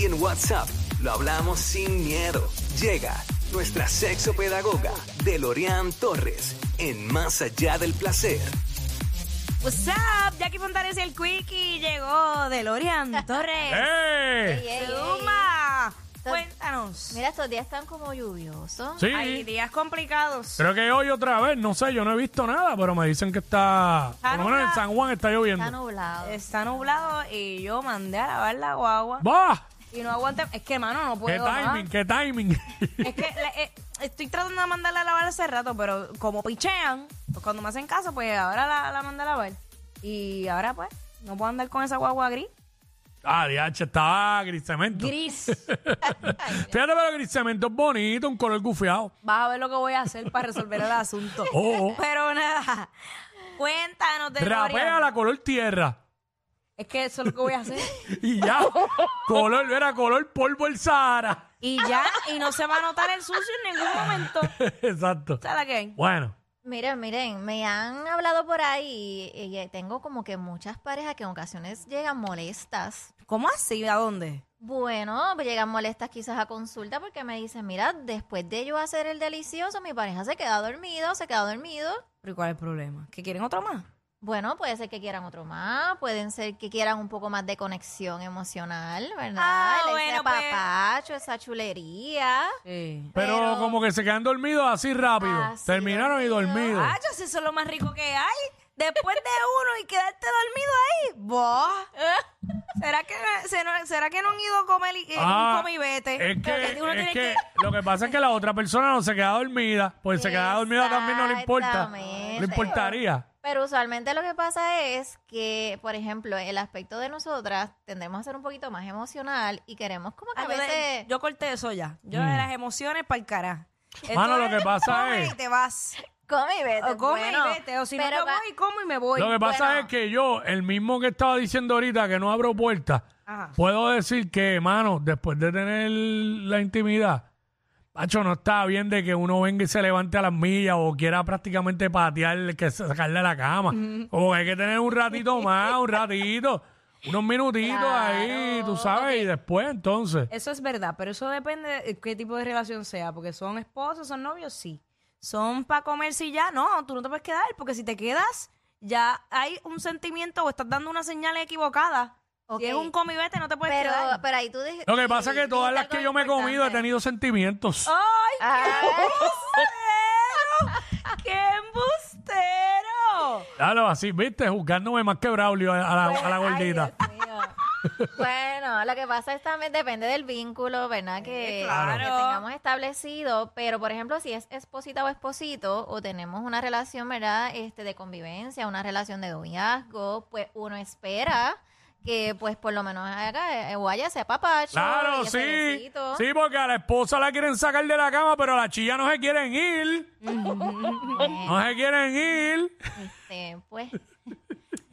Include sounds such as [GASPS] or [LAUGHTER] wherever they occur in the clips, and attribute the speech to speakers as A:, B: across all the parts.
A: en WhatsApp. Lo hablamos sin miedo. Llega nuestra sexopedagoga Delorian Torres en Más Allá del Placer.
B: What's up? Jackie Fontanes el Quickie llegó de Lorian Torres.
C: ¡Eh!
D: [LAUGHS] Ey, ey, ey.
B: ¡Zuma! Cuéntanos.
D: Mira, estos días están como lluviosos.
B: Hay
C: Sí,
B: días complicados.
C: creo que hoy otra vez, no sé, yo no he visto nada, pero me dicen que está, por lo menos en San Juan está
D: Está
C: lloviendo.
D: nublado.
B: Está nublado y yo mandé a lavar la guagua.
C: ¡Bah!
B: Y no aguanté. Es que, mano, no
C: ¡Qué
B: puedo. más.
C: timing, qué timing! [LAUGHS]
B: Es que le- eh, estoy tratando de mandarla a lavar hace rato, pero como pichean, pues cuando me hacen caso, pues ahora la, la mandé a lavar. Y ahora, pues, no puedo andar con esa guagua gris.
C: Ah, DH, está gris cemento.
B: Gris.
C: Fíjate, pero gris cemento es bonito, un color gufiado.
B: Vas a ver lo que voy a hacer para resolver el asunto.
C: [LAUGHS] Oh, oh.
B: Pero nada, cuéntanos de
C: Rapea la color tierra.
B: Es que eso es lo que voy a hacer.
C: Y ya, color, era color polvo el Sahara. [LAUGHS]
B: Y ya, y no se va a notar el sucio en ningún momento.
C: Exacto.
B: ¿Sabes la que hay?
C: Bueno,
D: Miren, miren, me han hablado por ahí y, y tengo como que muchas parejas que en ocasiones llegan molestas.
B: ¿Cómo así? ¿A dónde?
D: Bueno, pues llegan molestas quizás a consulta porque me dicen, mira, después de yo hacer el delicioso, mi pareja se queda dormida o se queda dormido.
B: ¿Pero cuál es el problema? ¿Que quieren otro más?
D: Bueno, puede ser que quieran otro más, pueden ser que quieran un poco más de conexión emocional, ¿verdad?
B: Ah,
D: Ese
B: bueno, pues.
D: apapacho, esa chulería.
B: Sí.
C: pero,
D: Pero-
C: como que se quedan dormidos así rápido.
D: Así,
C: Terminaron y dormidos.
B: Ah, yo sé, eso es lo más rico que hay. Después de uno y quedarte dormido ahí, vos.
C: [LAUGHS]
B: ¿Será que, se no- ¿Será que no han ido a comer y, eh,
C: Ah,
B: un come y vete?
C: Es
B: Pero
C: que,
B: uno
C: es
B: tiene
C: que lo que pasa es que la otra persona no se queda dormida, pues se queda dormida también no le importa.
D: Exactamente.
C: Le importaría.
D: Pero usualmente lo que pasa es que, por ejemplo, el aspecto de nosotras tendemos a ser un poquito más emocional y queremos como que
B: Ah,
D: a
B: yo, de-
D: veces...
B: yo corté eso ya. Yo de las emociones para el carajo.
C: Mm. Mano, lo que pasa es-
B: Y te vas.
D: Come y vete.
B: O come
D: bueno,
B: y vete. O si
D: pero
B: no, yo
D: va-
B: voy y como y me voy.
C: Lo que pasa
D: bueno.
C: es que yo, el mismo que estaba diciendo ahorita que no abro puertas,
B: Ajá.
C: puedo decir que, mano, después de tener la intimidad, Pacho, no está bien de que uno venga y se levante a las millas o quiera prácticamente patear, que se- sacarle a la cama.
B: Mm.
C: Como que hay que tener un ratito más, un ratito, unos minutitos ahí, tú sabes, y después entonces.
B: Eso es verdad, pero eso depende de qué tipo de relación sea. Porque son esposos, son novios, sí. Son para comer, si ya. No, tú no te puedes quedar. Porque si te quedas, ya hay un sentimiento o estás dando una señal equivocada.
D: Ok.
B: Si es un come y vete, no te puedes
D: Pero, [LAUGHS]
B: quedar.
D: pero ahí tú... dij-
C: Lo que pasa es que
D: dijiste
C: todas las que
D: algo
C: yo me he comido he
D: importante.
C: tenido sentimientos.
D: Oh.
B: ¡Ay,
D: Ay,
B: qué embustero!
C: Claro, así, viste, juzgándome más que Braulio a, a la, a la
D: Pues, ay,
C: gordita.
D: Dios
C: [LAUGHS]
D: mío. bueno, lo que pasa es también depende del vínculo, ¿verdad? Que,
B: claro.
D: que tengamos establecido, pero por ejemplo, si es esposita o esposito, o tenemos una relación, ¿verdad? Este, de convivencia, una relación de noviazgo, pues uno espera que pues por lo menos haga eh, o haya ese papacho. y
C: Claro,
D: ese
C: sí.
D: besito.
C: Sí, porque a la esposa la quieren sacar de la cama, pero a la chilla no se quieren ir. No se quieren
D: Eh,
C: ir.
D: Este, pues,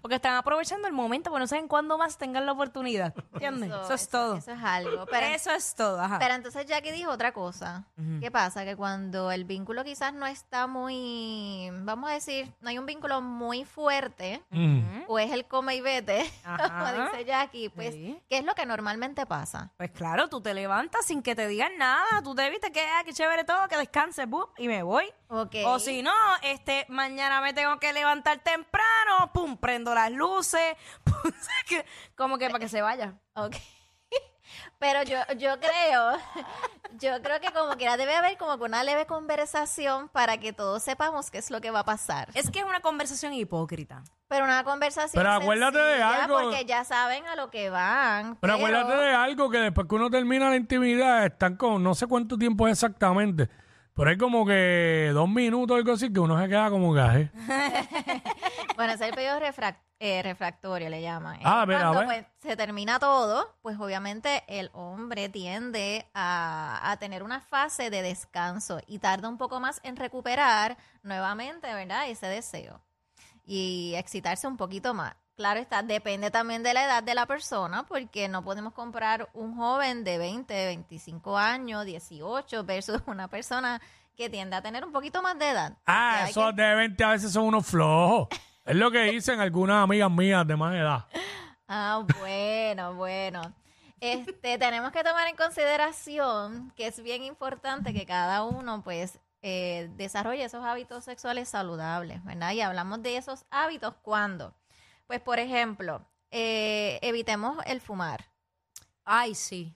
B: Porque están aprovechando el momento, porque no saben cuándo más tengan la oportunidad. ¿Entiendes? Eso, es todo.
D: Eso es algo. Pero
B: Eso es todo, ajá.
D: Pero entonces Jackie dijo otra cosa. ¿Qué pasa? Que cuando el vínculo quizás no está muy, vamos a decir, no hay un vínculo muy fuerte, o es el come y vete, [LAUGHS]
B: Ajá.
D: como dice Jackie, pues,
B: Sí.
D: ¿qué es lo que normalmente pasa?
B: Pues claro, tú te levantas sin que te digan nada. Tú te viste que, ah, qué chévere todo, que descanses, boom, y me voy.
D: Ok.
B: O si no, este, mañana me tengo que levantar temprano, pum, prendo las luces, [LAUGHS] pum, que- como que para que se vaya.
D: Ok. [LAUGHS] Pero yo, yo creo, [LAUGHS] yo creo que como quiera debe haber como que una leve conversación para que todos sepamos qué es lo que va a pasar.
B: Es que es una conversación hipócrita.
D: Pero una conversación
C: Pero acuérdate de
D: sencilla,
C: algo.
D: porque ya saben a lo que van.
C: Pero acuérdate de algo que después que uno termina la intimidad, están con no sé cuánto tiempo es exactamente. Pero es como que dos minutos o algo así que uno se queda como
D: [LAUGHS]
C: gaje.
D: Bueno, ese es el periodo refrac- eh, refractorio, le llaman.
C: Ah,
D: Eh,
C: mira,
D: Cuando
C: a ver.
D: pues, se termina todo, pues obviamente el hombre tiende a, a tener una fase de descanso y tarda un poco más en recuperar nuevamente, ¿verdad? Ese deseo y excitarse un poquito más. Claro está, depende también de la edad de la persona, porque no podemos comprar un joven de 20, 25 años, 18, versus una persona que tiende a tener un poquito más de edad.
C: Ah,
D: Porque hay
C: esos
D: que-
C: de 20 a veces son unos flojos. Es lo que dicen algunas amigas mías de más edad.
D: Ah, bueno, bueno. Este, [LAUGHS] tenemos que tomar en consideración que es bien importante que cada uno, pues, eh, desarrolle esos hábitos sexuales saludables, ¿verdad? Y hablamos de esos hábitos cuando, pues, por ejemplo, eh, evitemos el fumar.
B: Ay, sí.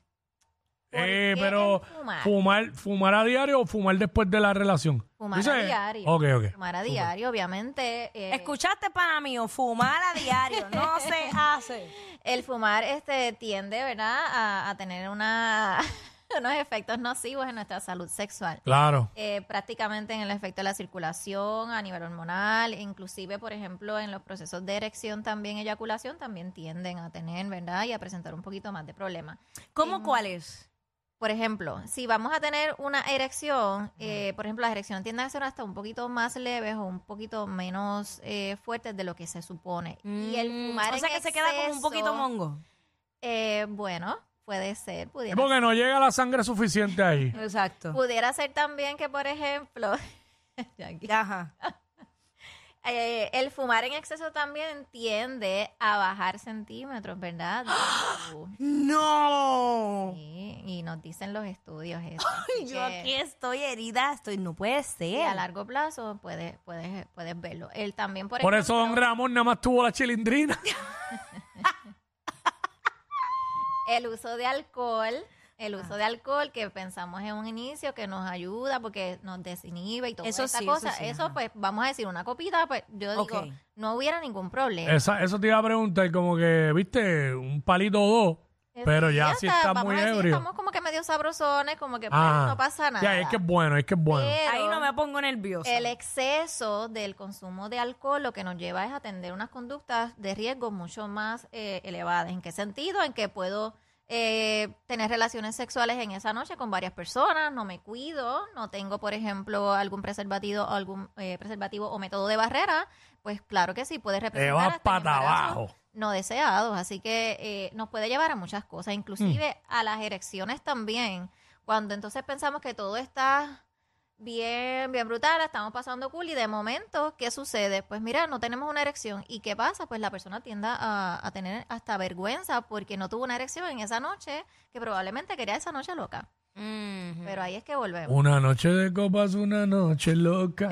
D: ¿Por
C: Eh,
D: qué
C: pero
D: el fumar?
C: fumar, fumar a diario o fumar después de la relación.
D: Fumar
C: Dice-
D: a diario.
C: Ok, ok.
D: Fumar a diario, obviamente. eh,
B: ¿Escuchaste, pana mío? Fumar a diario no [LAUGHS] se hace.
D: El fumar este, tiende, ¿verdad?, a, a tener una, [LAUGHS] unos efectos nocivos en nuestra salud sexual.
C: Claro.
D: Eh, prácticamente en el efecto de la circulación, a nivel hormonal, inclusive, por ejemplo, en los procesos de erección también, eyaculación, también tienden a tener, ¿verdad?, y a presentar un poquito más de problemas.
B: ¿Cómo
D: Sí.
B: cuál es?
D: Por ejemplo, si vamos a tener una erección, eh, por ejemplo, las erecciones tienden a ser hasta un poquito más leves o un poquito menos eh, fuertes de lo que se supone. Y el
B: Mm,
D: fumar
B: O sea
D: en
B: que se queda como un poquito
D: exceso,
B: mongo.
D: eh, bueno, puede ser,
C: Es
D: pudiera
C: porque no llega la sangre
D: [LAUGHS]
C: suficiente ahí.
B: Exacto.
D: Pudiera ser también que, por ejemplo, Jackie,
B: Ajá.
D: eh, el fumar en exceso también tiende a bajar centímetros,
B: [GASPS]
D: ¿verdad? De tu-
B: ¡No!
D: Sí, y nos dicen los estudios
B: [LAUGHS]
D: eso. así
B: Yo
D: que-
B: aquí estoy herida, estoy. No puede
D: y a
B: ser.
D: largo plazo puedes, puedes, puedes verlo. Él también, por,
C: Por eso
D: ejemplo,
C: Don Ramón nada más tuvo la chilindrina.
D: el uso de alcohol,
B: Ah.
D: el uso de alcohol que pensamos en un inicio que nos ayuda porque nos desinhibe y toda
B: Eso
D: esa
B: sí, eso
D: cosa. Eso,
B: sí, ajá.
D: pues, vamos a decir, una copita, pues yo digo,
B: Ok.
D: no hubiera ningún problema.
C: [LAUGHS] Esa, eso te iba a preguntar, como que, viste, un palito o dos, pero
D: Sí,
C: ya
D: hasta
C: si está
D: vamos
C: muy
D: a decir,
C: ebrio.
D: Estamos como que medio sabrosones, como que pues,
C: Ah.
D: no pasa nada.
C: Ya, es que es bueno, es que es bueno.
D: Pero
B: Ahí no me pongo nerviosa.
D: El exceso del consumo de alcohol lo que nos lleva es a atender unas conductas de riesgo mucho más eh, elevadas. ¿En qué sentido? En que puedo eh, tener relaciones sexuales en esa noche con varias personas, no me cuido, no tengo, por ejemplo, algún preservativo, algún eh, preservativo o método de barrera. Pues claro que sí, puede representar
C: Te vas
D: hasta un
C: para
D: embarazo
C: abajo.
D: no deseados, así que eh, nos puede llevar a muchas cosas, inclusive a las erecciones también. Cuando entonces pensamos que todo está bien, bien brutal, la estamos pasando cool y de momento, ¿qué sucede? Pues mira, no tenemos una erección. ¿Y qué pasa? Pues la persona tiende a, a tener hasta vergüenza porque no tuvo una erección en esa noche que probablemente quería esa noche loca.
B: Mhm.
D: Pero ahí es que volvemos.
C: Una noche de copas, una noche
D: [LAUGHS]
C: loca.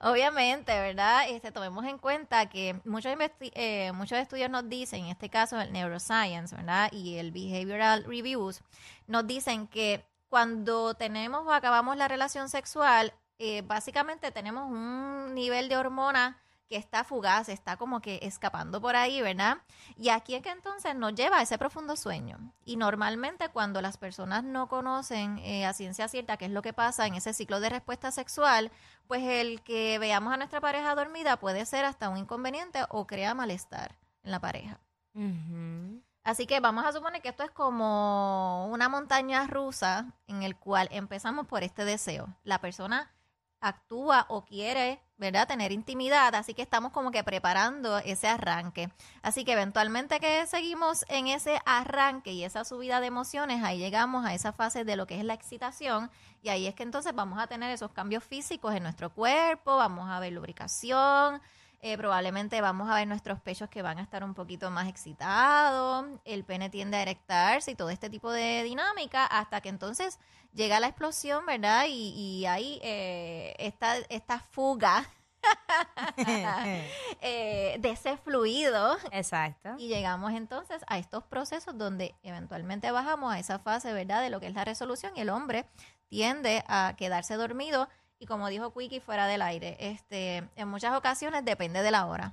D: Obviamente, ¿verdad? Este, tomemos en cuenta que muchos, investi- eh, muchos estudios nos dicen, en este caso el neuroscience, ¿verdad? Y el behavioral reviews, nos dicen que cuando tenemos o acabamos la relación sexual, eh, básicamente tenemos un nivel de hormona que está fugaz, está como que escapando por ahí, ¿verdad? Y aquí es que entonces nos lleva a ese profundo sueño. Y normalmente cuando las personas no conocen eh, a ciencia cierta qué es lo que pasa en ese ciclo de respuesta sexual, pues el que veamos a nuestra pareja dormida puede ser hasta un inconveniente o crea malestar en la pareja. [LAUGHS]
B: Mhm.
D: Así que vamos a suponer que esto es como una montaña rusa en el cual empezamos por este deseo. La persona actúa o quiere, ¿verdad?, tener intimidad, así que estamos como que preparando ese arranque. Así que eventualmente que seguimos en ese arranque y esa subida de emociones, ahí llegamos a esa fase de lo que es la excitación y ahí es que entonces vamos a tener esos cambios físicos en nuestro cuerpo, vamos a ver lubricación, eh, probablemente vamos a ver nuestros pechos que van a estar un poquito más excitados, el pene tiende a erectarse y todo este tipo de dinámica hasta que entonces llega la explosión, ¿verdad? Y, y ahí eh, esta, esta fuga [LAUGHS] eh, de ese fluido
B: Exacto.
D: y llegamos entonces a estos procesos donde eventualmente bajamos a esa fase, ¿verdad? De lo que es la resolución y el hombre tiende a quedarse dormido y como dijo Quickie fuera del aire, este, en muchas ocasiones depende de la hora.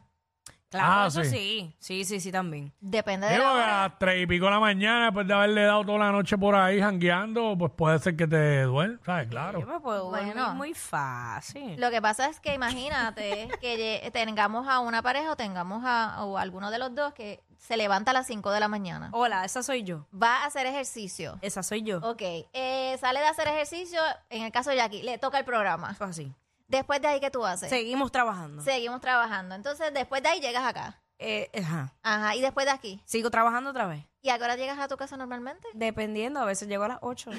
B: Claro,
C: Ah,
B: eso
C: sí.
B: sí. Sí, sí, sí, también.
D: Depende de
C: Digo,
D: la
C: que
D: hora.
C: a las tres y pico de la mañana, después de haberle dado toda la noche por ahí jangueando, pues puede ser que te duele, ¿sabes?
B: Yo
C: Claro.
B: me puedo dormir
D: Bueno.
B: muy fácil.
D: Lo que pasa es que imagínate que lle- tengamos a una pareja o tengamos a o alguno de los dos que se levanta a las 5 de la mañana.
B: Hola, esa soy yo.
D: Va a hacer ejercicio.
B: Esa soy yo.
D: Ok, eh, sale de hacer ejercicio, en el caso de Jackie, le toca el programa.
B: Eso así.
D: Después de ahí, ¿qué tú haces?
B: Seguimos trabajando.
D: Seguimos trabajando. Entonces, después de ahí llegas acá.
B: Eh, ajá.
D: Ajá, y después de aquí.
B: Sigo trabajando otra vez.
D: ¿Y a qué hora llegas a tu casa normalmente?
B: Dependiendo, a veces llego a las 8.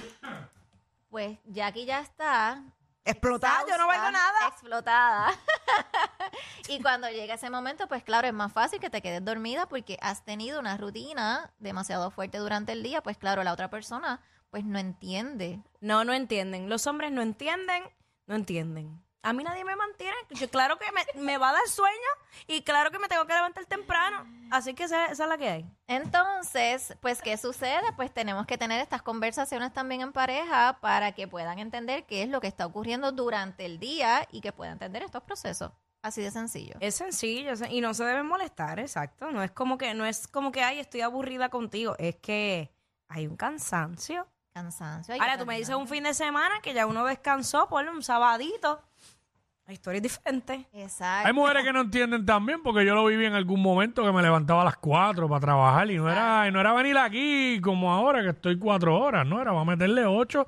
D: Pues Jackie ya está
B: Explotar, yo no valgo
D: exhausta,
B: nada.
D: Explotada. [LAUGHS] y cuando llega ese momento, pues claro, es más fácil que te quedes dormida porque has tenido una rutina demasiado fuerte durante el día, pues claro, la otra persona pues no entiende.
B: No, no entienden. Los hombres no entienden, no entienden. A mí nadie me mantiene. Yo, claro que me, me va a dar sueño y claro que me tengo que levantar temprano. Así que esa, esa es la que hay.
D: Entonces, pues ¿qué sucede? Pues tenemos que tener estas conversaciones también en pareja para que puedan entender qué es lo que está ocurriendo durante el día y que puedan entender estos procesos. Así de sencillo.
B: Es sencillo es- y no se deben molestar, exacto. No es como que no es como que ay, estoy aburrida contigo. Es que hay un cansancio.
D: Cansancio. hay
B: Ahora
D: que
B: tú me dices
D: terminar.
B: un fin de semana que ya uno descansó, ponle un sabadito. La historia es diferente.
D: Exacto.
C: Hay mujeres que no entienden también, porque yo lo viví en algún momento que me levantaba a las 4 para trabajar y no era, y no era venir aquí como ahora que estoy cuatro horas, no era, va a meterle 8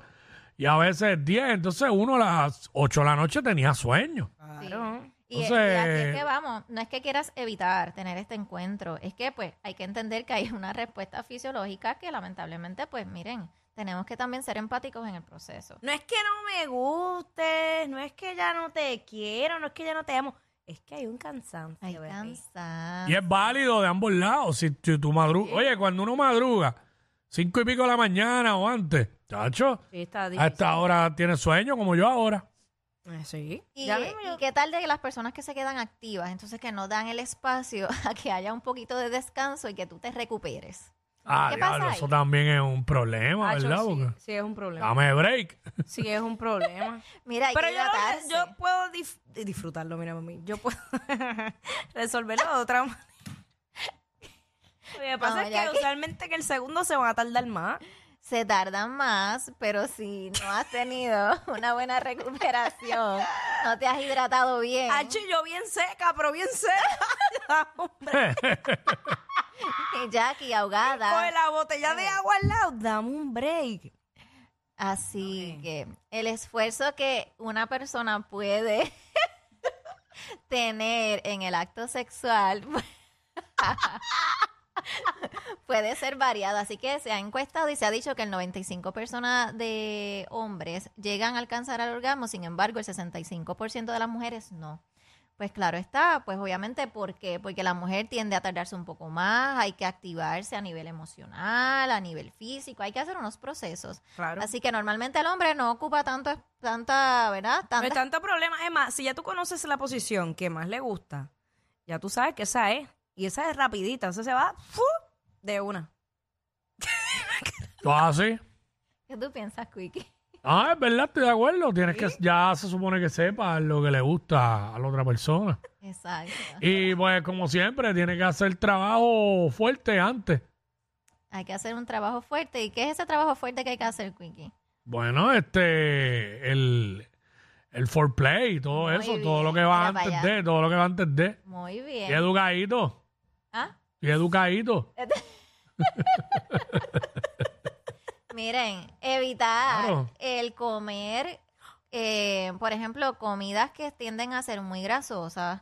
C: y a veces 10. Entonces uno a las 8 de la noche tenía sueño.
D: Sí.
B: Claro.
D: Y,
C: Entonces-
D: y aquí es que vamos, no es que quieras evitar tener este encuentro, es que pues hay que entender que hay una respuesta fisiológica que lamentablemente pues miren, tenemos que también ser empáticos en el proceso.
B: No es que no me gustes, no es que ya no te quiero, no es que ya no te amo. Es que hay un cansancio.
D: Hay
B: bebé.
D: cansancio.
C: Y es válido de ambos lados. Si, si tú madrugas, oye, cuando uno madruga, cinco y pico de la mañana o antes, chacho,
B: Sí, está
C: a
B: difícil.
C: esta hora tiene sueño como yo ahora.
B: Eh, Sí.
D: Y,
B: Ya mismo yo-
D: y qué tal de las personas que se quedan activas, entonces que no dan el espacio [LAUGHS] a que haya un poquito de descanso y que tú te recuperes.
C: Ah,
D: ¿Qué pasa
C: diablo,
D: ahí?
C: eso también es un problema,
B: Acho,
C: ¿verdad?
B: sí,
C: Porque-
B: sí es un problema.
C: Dame break.
B: Sí es un problema.
D: Mira, [LAUGHS] hay
B: Pero
D: que
B: yo, lo-
D: hidratarse.
B: yo puedo dif- disfrutarlo, mira, mami. Yo puedo [LAUGHS] resolverlo de otra manera. Lo que pasa
D: No,
B: es
D: ya
B: que
D: que-
B: usualmente en el segundo se van a tardar más.
D: se tardan más, pero si no has tenido [LAUGHS] una buena recuperación, no te has
B: [LAUGHS]
D: hidratado bien.
B: Hacho, yo bien seca, pero bien seca. [LAUGHS] Hombre,
D: Y [LAUGHS] Jackie ahogada.
B: Con la botella de agua al lado, dame un break.
D: Así que el esfuerzo que una persona puede [LAUGHS] tener en el acto sexual [LAUGHS] puede ser variado. Así que se ha encuestado y se ha dicho que el 95 personas de hombres llegan a alcanzar el orgasmo, sin embargo, el 65% de las mujeres no. Pues claro está, pues obviamente, ¿por qué? Porque la mujer tiende a tardarse un poco más, hay que activarse a nivel emocional, a nivel físico, hay que hacer unos procesos.
B: Claro.
D: Así que normalmente el hombre no ocupa tanto, es- tanta, ¿verdad?
B: No hay
D: Tanta,
B: tanto problema. Es más, si ya tú conoces la posición que más le gusta, ya tú sabes que esa es. Y esa es rapidita. O sea, se va ¡fu! de una.
C: ¿Tú así?
D: ¿Qué tú piensas,
B: [LAUGHS]
D: Quickie?
C: Ah, es verdad, estoy de acuerdo. Tienes que, ya se supone que sepa lo que le gusta a la otra persona.
D: Exacto.
C: Y pues, como siempre, tiene que hacer trabajo fuerte antes.
D: Hay que hacer un trabajo fuerte. ¿Y qué es ese trabajo fuerte que hay que hacer, Quickie?
C: Bueno, este, el, el foreplay, todo
D: Muy
C: eso,
D: bien,
C: todo lo que va
D: mira pa'
C: antes
D: allá.
C: de, todo lo que va antes de.
D: Muy
C: Y
D: bien.
C: educadito,
D: ¿Ah?
C: y educadito.
D: Miren, evitar
C: Claro.
D: el comer, eh, por ejemplo, comidas que tienden a ser muy grasosas.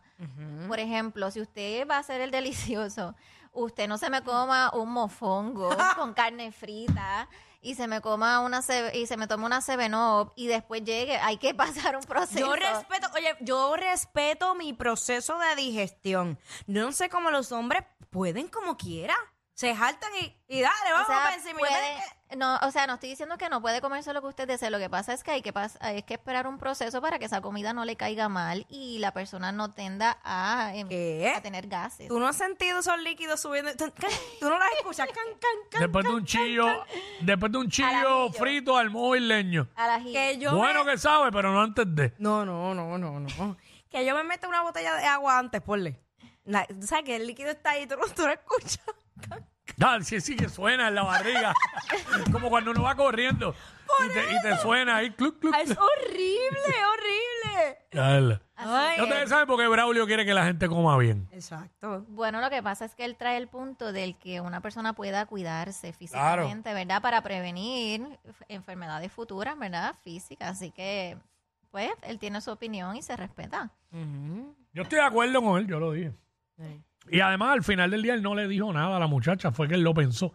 D: Por ejemplo, si usted va a hacer el delicioso, usted no se me coma un mofongo con carne frita y se me coma una ce- y se me toma una 7 y después llegue, hay que [LAUGHS] pasar un proceso.
B: Yo respeto, oye, yo respeto mi proceso de digestión. Yo no sé cómo los hombres pueden como quiera. Se jaltan y, y dale,
D: O
B: vamos
D: sea,
B: para encima. Yo
D: puede-
B: pues, me-
D: no, o sea, no estoy diciendo que no puede comerse lo que usted desee. Lo que pasa es que hay que pas- hay que esperar un proceso para que esa comida no le caiga mal y la persona no tenda a, em,
B: ¿Qué?
D: a tener gases.
B: Tú no has sentido esos líquidos subiendo. Can, can, Tú no las escuchas. Can, can, can,
C: Después de
B: can,
C: un
B: can,
C: chillo,
B: can.
C: después de un chillo
D: Alamillo.
C: frito al móvil leño.
D: A la gira.
B: Que yo
C: Bueno
B: me-
C: que sabe, pero no antes de.
B: No, no, no, no, no. que yo me meta una botella de agua antes, ponle. La- tú sabes que el líquido está ahí, tú no, tú no [LAUGHS] escuchas.
C: Ah, sí, sí que suena en la barriga. [LAUGHS] Como cuando uno va corriendo y te, y te suena ahí. cluc, cluc,
B: Ay, Es horrible, horrible.
C: Dale.
B: Ay. eh,
C: No ustedes saben por qué Braulio quiere que la gente coma bien.
B: Exacto.
D: Bueno, lo que pasa es que él trae el punto del que una persona pueda cuidarse físicamente, ¿verdad? Para prevenir enfermedades futuras, ¿verdad? Físicas. Así que, pues, él tiene su opinión y se respeta.
C: Yo estoy de acuerdo con él, yo lo dije. Y además, al final del día, él no le dijo nada a la muchacha, fue que él lo pensó.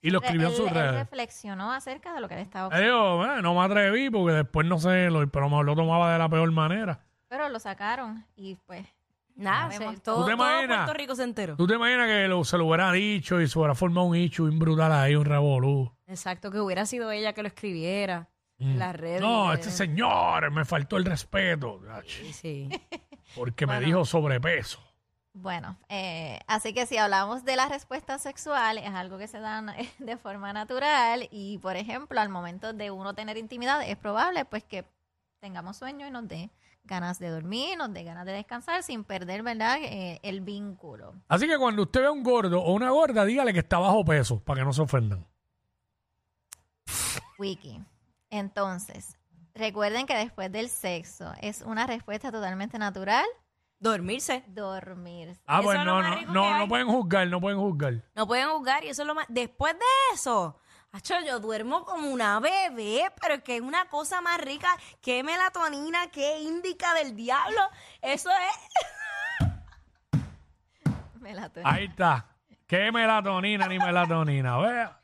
C: Y lo escribió en
D: él-
C: sus
D: él
C: redes.
D: reflexionó acerca de lo que le estaba
C: Él dijo, "Eh, no me atreví porque después no sé, lo, pero me lo tomaba de la peor manera.
D: Pero lo sacaron y pues
B: Nada,
D: No
B: se-
D: vemos.
B: todo,
C: ¿Tú te
B: todo
C: imaginas?
B: Puerto Rico se enteró.
C: ¿Tú te imaginas que lo- se lo hubiera dicho y se hubiera formado un hecho bien brutal ahí, un revolú?
B: Exacto, que hubiera sido ella que lo escribiera
C: Mm.
B: en las redes.
C: No, este señor me faltó el respeto. ach,
B: Sí.
C: Porque me dijo sobrepeso.
D: Bueno, eh, así que si hablamos de la respuesta sexual, es algo que se dan eh, [LAUGHS] de forma natural y, por ejemplo, al momento de uno tener intimidad, es probable pues que tengamos sueño y nos dé ganas de dormir, nos dé ganas de descansar sin perder, ¿verdad?, eh, el vínculo.
C: Así que cuando usted ve a un gordo o una gorda, dígale que está bajo peso para que no se ofendan.
D: Wiki. Entonces, recuerden que después del sexo es una respuesta totalmente natural
B: [LAUGHS] Dormirse.
D: dormirse.
C: Ah,
B: Eso
C: pues
B: es lo
C: no,
B: más
C: no,
B: rico que
C: no,
B: hay.
C: no pueden juzgar, no pueden juzgar.
B: No pueden jugar y eso es lo más. Después de eso, acho, yo duermo como una bebé, pero es que es una cosa más rica. que melatonina, que índica del diablo. Eso es.
D: [LAUGHS] Me la tuve.
C: Ahí está. ¿Qué melatonina ni melatonina? Vea.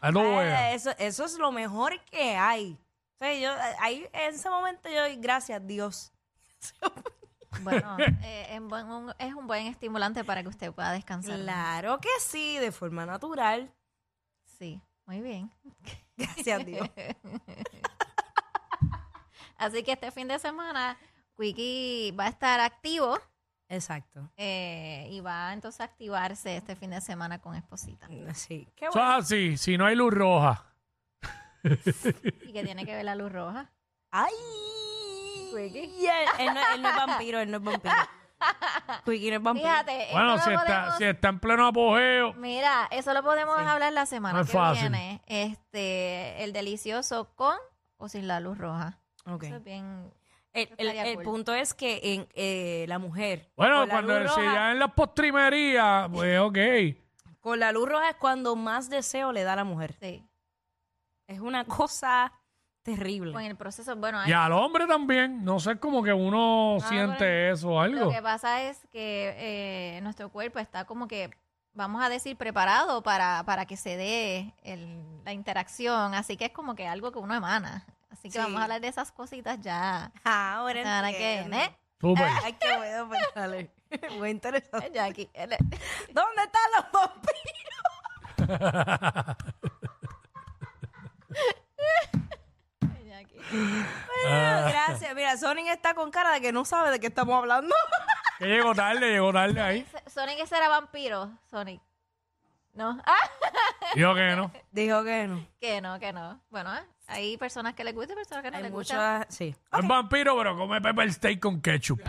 C: A tú veas.
B: eso, eso es lo mejor que hay. O sea, yo, ahí, en ese momento yo, gracias Dios.
D: Bueno, eh, en buen- un- es un buen estimulante para que usted pueda descansar.
B: Claro que sí, de forma natural. [LAUGHS]
D: Sí, muy bien.
B: Gracias Dios.
D: Así que este fin de semana, Wiki va a estar activo
B: Exacto.
D: eh, y va entonces a activarse este fin de semana con Esposita.
B: Sí. Qué
C: Eso es así, si no hay luz roja.
D: ¿Y que tiene que ver la luz roja?
B: ¡Ay!
D: Quickie.
B: Y Él, él no, él no es vampiro, él no es [LAUGHS] vampiro. Quickie no es vampiro.
D: Fíjate, eso
C: Bueno,
D: lo
C: si está,
D: podemos-
C: si está en pleno apogeo,
D: Mira, eso lo podemos hablar la semana
C: No es
D: que
C: fácil.
D: viene. Este, el delicioso con o sin la luz roja.
B: Ok.
D: Eso es bien...
B: El, el-
D: estaría
B: el
D: cool.
B: punto es que en, eh, la mujer
C: bueno,
B: con, la
C: cuando
B: luz
C: si
B: roja,
C: ya en las postrimerías, pues ok.
B: con la luz roja es cuando más deseo le da a la mujer.
D: Sí.
B: Es una cosa terrible.
D: Con el proceso, bueno, hay-
C: Y al hombre también, no sé, como que uno siente eso o
D: Ah, Lo
C: algo.
D: que pasa es que eh, nuestro cuerpo está como que, vamos a decir, preparado para, para que se dé el- la interacción. Así que es como que algo que uno emana. Así que
B: Sí.
D: vamos a hablar de esas cositas ya.
B: Ahora
D: la semana que
B: entiendo.
D: viene.
C: Súper.
B: Ay, qué bueno, pues dale. [LAUGHS] Muy interesante.
D: Ya aquí.
B: [LAUGHS]
D: [LAUGHS]
B: ¿Dónde están los vampiros?
D: Ya aquí.
B: Gracias. Mira, Sonic está con cara de que no sabe de qué estamos hablando.
C: Que llegó tarde, llegó tarde ahí.
D: Sonic ese era vampiro, Sonic. No. Ah,
C: Dijo que
D: [LAUGHS]
C: no.
B: Dijo que no.
D: que no, que no. Bueno, eh, hay personas que les gusta y personas que no
B: Hay
D: les gusta.
B: muchas. Sí.
C: Es vampiro, pero come pepper steak con ketchup.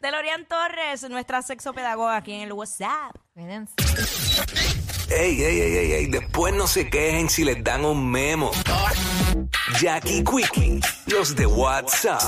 B: Delorian Torres, nuestra sexopedagoga aquí en el WhatsApp.
D: Cuídense.
A: Ey, ey, ey, ey, ey, después no se quejen si les dan un memo. Jackie Quickie, los de WhatsApp.